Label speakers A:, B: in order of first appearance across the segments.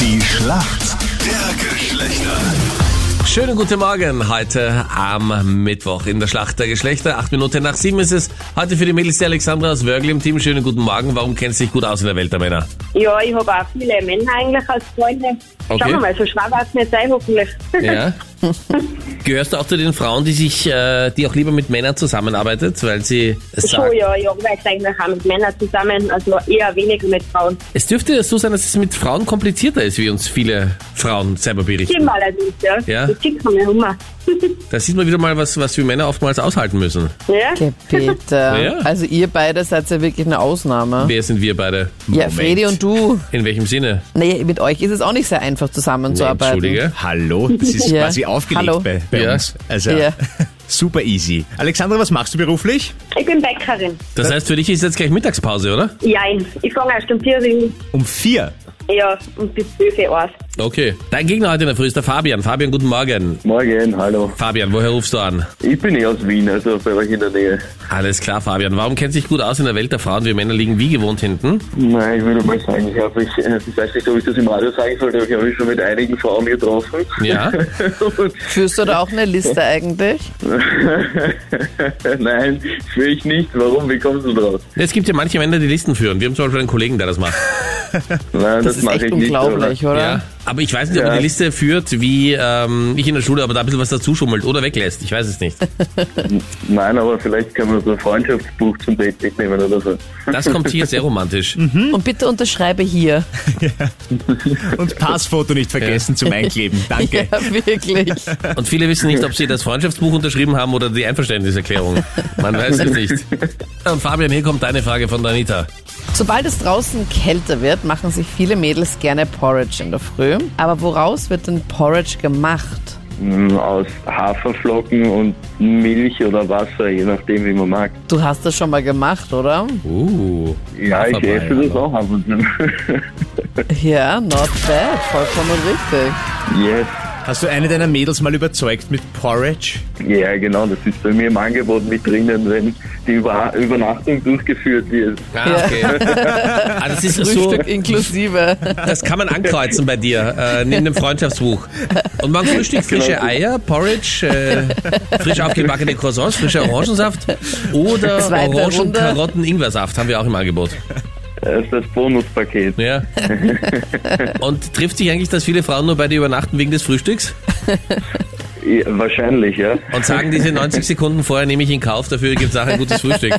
A: Die Schlacht der Geschlechter.
B: Schönen guten Morgen heute am Mittwoch in der Schlacht der Geschlechter. Acht Minuten nach sieben ist es. Heute für die Mädels der Alexandra aus Wörgl im Team. Schönen guten Morgen. Warum kennst du dich gut aus in der Welt der Männer?
C: Ja, ich habe auch viele Männer eigentlich als Freunde.
B: Okay.
C: Schauen wir mal, so schwer wird es nicht sein, hoffentlich.
B: Ja. Gehörst du auch zu den Frauen, die sich, äh, die auch lieber mit Männern zusammenarbeitet, weil sie
C: so,
B: sagt,
C: Oh ja, ich arbeite eigentlich auch mit Männern zusammen, also eher weniger mit Frauen.
B: es dürfte ja so sein, dass es mit Frauen komplizierter ist, wie uns viele Frauen selber berichten.
C: Stimmt allerdings, ja.
B: Ja.
C: Das gibt mir Hummer.
B: Da sieht man wieder mal, was, was wir Männer oftmals aushalten müssen.
C: ja?
D: Gebete.
B: ja.
D: Also ihr beide seid ja wirklich eine Ausnahme.
B: Wer sind wir beide?
D: Ja,
B: Moment.
D: Fredi und du.
B: In welchem Sinne?
D: Naja, mit euch ist es auch nicht sehr einfach zusammenzuarbeiten.
B: Entschuldige.
E: Hallo, das ist
D: Ja.
E: quasi aufgelegt
D: Hallo.
E: bei, bei
B: Ja.
E: uns. Also
D: Ja.
E: super easy. Alexandra, was machst du beruflich?
C: Ich bin Bäckerin.
B: Das heißt, für dich ist jetzt gleich Mittagspause, oder?
C: Jein. Ich fange erst um 4 Uhr
E: Um vier.
C: ja, und bis 12 Uhr aus.
B: Okay. Dein Gegner heute in der Früh ist der Fabian. Fabian, guten Morgen.
F: Morgen, hallo.
B: Fabian, woher rufst du an?
F: Ich bin eh aus Wien, also bei euch in der Nähe.
B: Alles klar, Fabian. Warum kennst du dich gut aus in der Welt der Frauen? Wir Männer liegen wie gewohnt hinten.
F: Nein, ich würde mal sagen, ich habe mich, äh, ich weiß nicht, ob ich das im Radio sagen sollte, aber ich habe mich schon mit einigen Frauen getroffen.
B: Ja.
F: Und,
D: Führst du da auch eine Liste eigentlich?
F: Nein, will ich nicht. Warum? Wie kommst du drauf?
B: Es gibt ja manche Männer, die Listen führen. Wir haben zum Beispiel einen Kollegen, der das macht.
F: Nein,
D: Das,
F: das,
D: ist
F: mache
D: echt
F: ich nicht.
D: unglaublich, oder?
B: Ja. Aber ich weiß nicht, ob er
F: Ja.
B: die Liste führt, wie ähm, ich in der Schule, aber da ein bisschen was dazu schummelt oder weglässt. Ich weiß es nicht.
F: Aber, nein, aber vielleicht können wir so ein Freundschaftsbuch zum Date mitnehmen oder so.
B: Das kommt hier sehr romantisch.
D: Und bitte unterschreibe hier.
E: Und Passfoto nicht vergessen zum Einkleben. Danke.
D: Ja, wirklich.
B: Und viele wissen nicht, ob sie das Freundschaftsbuch unterschrieben haben oder die Einverständniserklärung. Man weiß es nicht. Und Fabian, hier kommt deine Frage von der Anita.
D: Sobald es draußen kälter wird, machen sich viele Mädels gerne Porridge in der Früh. Aber woraus wird denn Porridge gemacht?
F: Mm, Aus Haferflocken und Milch oder Wasser, je nachdem, wie man mag.
D: Du hast das schon mal gemacht, oder?
B: Uh.
F: Ja, ich
B: Haferbrei,
F: esse das
D: also.
B: aber-
F: auch ab und zu.
D: Ja, not bad. Vollkommen richtig.
F: Yes.
E: Hast du eine deiner Mädels mal überzeugt mit Porridge?
F: Ja, genau, das ist bei mir im Angebot mit drinnen, wenn die Über Übernachtung durchgeführt wird.
B: Ah, okay. ah, das ist ja so,
D: Frühstück inklusive.
B: das kann man ankreuzen bei dir, äh, neben dem Freundschaftsbuch. Und morgen Frühstück, frische Eier, Porridge, äh, frisch aufgebackene Croissants, frischer Orangensaft oder
D: Zweite Runde.
B: Orangen-Karotten-Ingwersaft haben wir auch im Angebot.
F: Das ist äh, das Bonuspaket.
B: Ja. Und trifft sich eigentlich, dass viele Frauen nur bei dir übernachten wegen des Frühstücks
F: Ja, wahrscheinlich, ja.
B: und sagen, diese 90 Sekunden vorher nehme ich in Kauf, dafür gibt es nachher ein gutes Frühstück.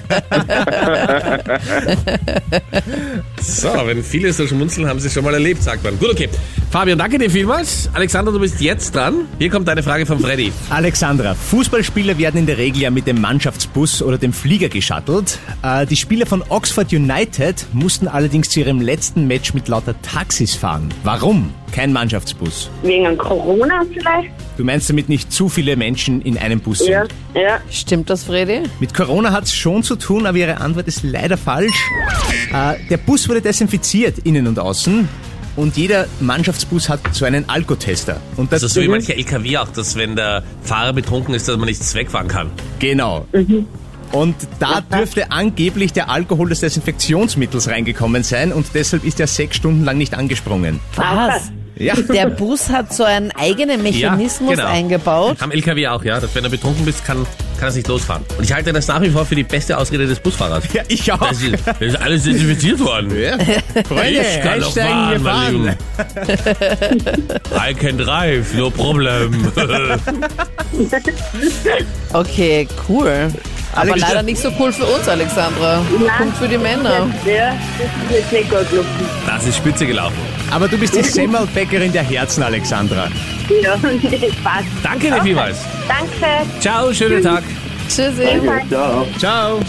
B: So, wenn viele so schmunzeln, haben sie es schon mal erlebt, sagt man. Gut, okay. Fabian, danke dir vielmals. Alexander, du bist jetzt dran. Hier kommt deine Frage von Freddy.
E: Alexandra, Fußballspieler werden in der Regel ja mit dem Mannschaftsbus oder dem Flieger geschattelt. Äh, die Spieler von Oxford United mussten allerdings zu ihrem letzten Match mit lauter Taxis fahren. Warum? Kein Mannschaftsbus.
C: Wegen Corona vielleicht?
E: Du meinst damit nicht zu viele Menschen in einem Bus sind?
C: Ja. Ja.
D: Stimmt das, Fredi?
E: Mit Corona hat's schon zu tun, aber Ihre Antwort ist leider falsch. Äh, der Bus wurde desinfiziert, innen und außen. Und jeder Mannschaftsbus hat so einen Alkotester. Und das Mhm.
B: Also so wie mancher LKW auch, dass wenn der Fahrer betrunken ist, dass man nichts wegfahren kann.
E: Genau. Und da dürfte angeblich der Alkohol des Desinfektionsmittels reingekommen sein und deshalb ist er sechs Stunden lang nicht angesprungen.
D: Was?
E: Ja.
D: Der Bus hat so einen eigenen Mechanismus
B: Ja, genau.
D: eingebaut.
B: Am LKW auch, ja. Dass wenn er betrunken bist, kann, kann er nicht losfahren. Und ich halte das nach wie vor für die beste Ausrede des Busfahrers.
E: Ja, ich auch.
B: Das ist, das ist alles desinfiziert worden.
E: Ja.
B: Ich
E: Freunde,
B: kann doch
E: einsteigen, wir
B: mein
E: fahren.
B: Lieben. I can drive, no problem.
D: Okay, cool. Aber
E: Alex-
D: leider nicht so cool für uns, Alexandra. Punkt für die Männer.
C: ja, das ist jetzt nicht gut gelaufen.
B: Das ist spitze gelaufen.
E: Aber du bist die Semmelbäckerin der Herzen, Alexandra.
C: Ja, das passt.
B: Danke dir vielmals.
C: Danke.
B: Ciao, schönen Tag.
D: Tschüssi.
F: Danke, ciao.
E: Ciao.